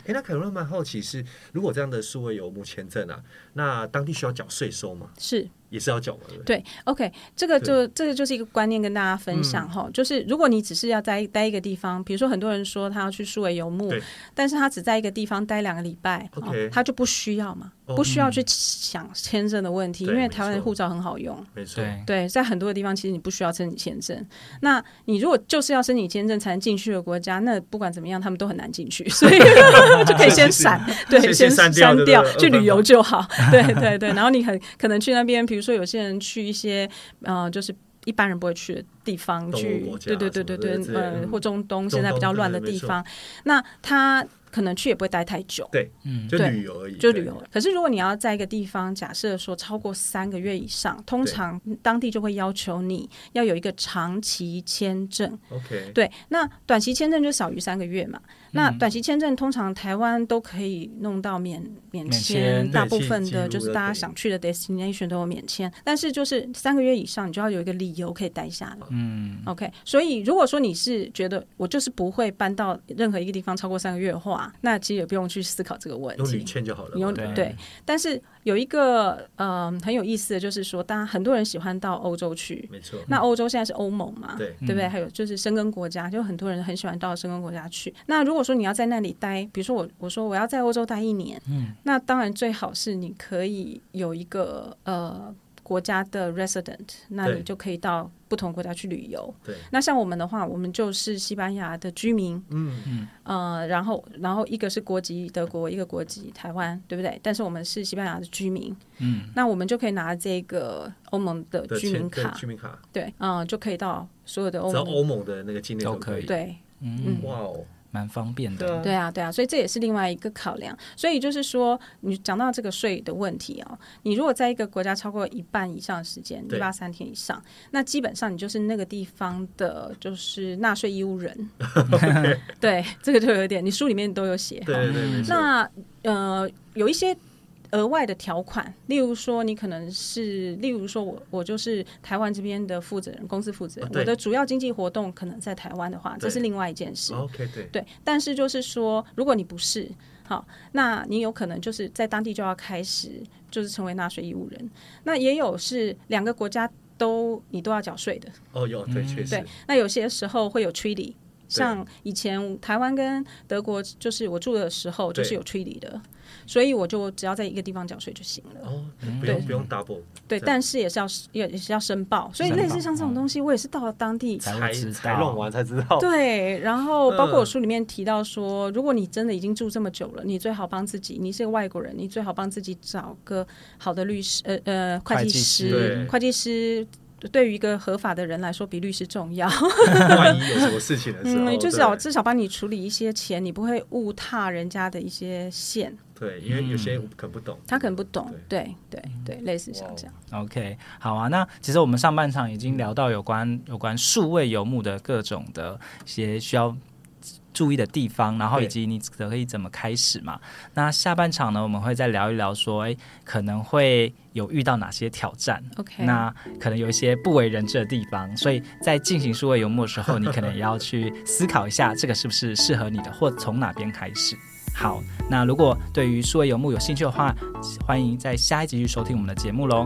S2: 哎，那凯伦蛮好奇是，如果这样的数位游牧签证啊，那当地需要缴税收吗？
S3: 是
S2: 也是要缴嘛，对不对？嗯
S3: 对。OK，这个就这个就是一个观念跟大家分享哈、就是如果你只是要在待一个地方，比如说很多人说他要去数位游牧
S2: 对，
S3: 但是他只在一个地方待两个礼拜哦
S2: OK
S3: 他就不需要嘛，
S2: 哦
S3: 不需要去想签证的问题，因
S2: 对
S3: 为
S2: 没
S3: 台湾的
S2: 错
S3: 护照很好用。
S2: 没错，
S1: 对，
S3: 对，在很多的地方其实你不需要申请签证。那你如果就是要申请签证才能进去的国家，那不管怎么样，他们都很难进去，所以 [laughs] 就可以先闪，对，
S2: 先
S3: 先
S2: 先
S3: 删
S2: 删掉对不对
S3: 去
S2: 二分
S3: 旅游
S2: 法
S3: 就好。对对对，然后你很可能去那边，比如说有些人去一些呃，就是。一般人不会去的地方
S2: 动物
S3: 去
S2: 国，家
S3: 对对
S2: 什
S3: 对
S2: 么的
S3: 对对，
S2: 之类的
S3: 呃，
S2: 嗯
S3: 或中东
S2: 中
S3: 现在比
S2: 东
S3: 较
S2: 对
S3: 乱的
S2: 对没
S3: 地
S2: 错
S3: 方，那他可能去也不会待太久，
S1: 嗯
S2: 就
S3: 对
S2: 旅游而已，
S3: 就
S2: 对
S3: 旅游。可是如果你要在一个地方，假设说超过三个月以上，通常当地就会要求你要有一个长期签证。
S2: OK，
S3: 对，那短期签证就少于三个月嘛。
S2: 嗯
S3: 那短期签证通常台湾都可以弄到免免
S1: 免
S3: 签，
S1: 签
S3: 大
S2: 对
S3: 部
S2: 进
S3: 分
S2: 进
S3: 的
S2: 入
S3: 就是
S2: 都
S3: 大家
S2: 可以
S3: 想去的 destination 都有免签，但是就是三个月以上，你就要有一个理由可以待下来。
S1: 嗯
S3: OK，所以如果说你是觉得我就是不会搬到任何一个地方超过三个月的话，那其实也不用去思考这个问
S2: 用
S3: 题
S2: 旅。签就好了嘛，
S3: 你用
S1: 对
S3: 对，但是有一个呃很有意思的就是说，当然很多人喜欢到欧洲去。
S2: 没错，
S3: 那欧洲现在是欧盟嘛，
S2: 嗯对
S3: 不对？
S1: 嗯
S3: 还有就是申根国家，就很多人很喜欢到申根国家去。那如果说你要在那里待，比如说我我说我要在欧洲待一年，
S1: 嗯，
S3: 那当然最好是你可以有一个呃国家的 resident，那
S2: 对
S3: 你就可以到不同国家去旅游。
S2: 对，
S3: 那像我们的话，我们就是西班牙的居民，
S2: 嗯，
S3: 呃，然后然后一个是国籍德国，一个国籍台湾，对不对？但是我们是西班牙的居民，
S1: 嗯，
S3: 那我们就可以拿这个欧盟的
S2: 的
S3: 居
S2: 签
S3: 民
S2: 对
S3: 卡
S2: 居，民卡，
S3: 对，嗯、就可以到所有的欧
S2: 只要
S3: 盟，
S2: 欧盟的那个境内
S1: 都
S2: 可
S1: 可以
S3: 对。
S1: 嗯，
S2: 哇哦，
S1: 蛮方便
S2: 对
S1: 的，
S2: 啊，
S3: 对啊，对啊，所以这也是另外一个考量。所以就是说，你讲到这个税的问题哦，你如果在一个国家超过一半以上的时间，一
S2: 对
S3: 八三天以上，那基本上你就是那个地方的，就是纳税义
S2: [laughs]
S3: 务人。对，这个就有点，你书里面都有写哈。
S2: 对对对，没错
S3: 那呃，有一些额外的条款，例如说你可能是，例如说我我就是台湾这边的负责人，公司负责
S2: 啊
S3: 人，
S2: 对
S3: 我的主要经济活动可能在台湾的话，
S2: 对
S3: 这
S2: 哦
S3: 是另外一件事。
S2: OK 对，
S3: 对，但是就是说，如果你不是好，那你有可能就是在当地就要开始就是成为纳税义务人。那也有是两个国家都你都要缴税的，
S2: 哦有对确
S3: 嗯对
S2: 实，，
S3: 那有些时候会有 treaty，像以前台湾跟德国，就是我住的时候就是
S2: 对
S3: 有 treaty 的，所以我就只要在一个地方缴税就行了。
S2: 哦
S1: 嗯
S2: 不用不用 double
S3: 对，
S2: 这样
S3: 但是也是要也也是要申报，嗯所以
S1: 申报
S3: 类似像这种东西，我也是到了当地。
S1: 才
S4: 才
S1: 会知
S4: 才
S1: 道
S4: 弄完才知道。
S3: 对，然后包括我
S2: 嗯
S3: 书里面提到说，如果你真的已经住这么久了，你最好帮自己，你是个外国人，你最好帮自己找个好的律师，呃呃，会计
S1: 计师
S3: 师
S2: 对，
S3: 会计师对于一个合法的人来说比律师重要。
S2: 万一有什么事情的时候，
S3: 啊
S2: 哦对
S3: 嗯，就至少至少帮你处理一些钱，你不会误踏人家的一些线，
S2: 对，因为有些我可能不懂，
S3: 他可能不懂。对对对，类似像这样。
S1: OK，好啊。那其实我们上半场已经聊到有关有关数位游牧的各种的一些需要注意的地方，然后以
S2: 对
S1: 及你可以怎么开始嘛。那下半场呢，我们会再聊一聊说，哎，可能会有遇到哪些挑战。
S3: OK，
S1: 那可能有一些不为人知的地方，所以在进行数位游牧的时候，你可能也要去思考一下，这个是不是适合你的，或从哪边开始。好，那如果对于数位游牧有兴趣的话，欢迎在下一集去收听我们的节目喽。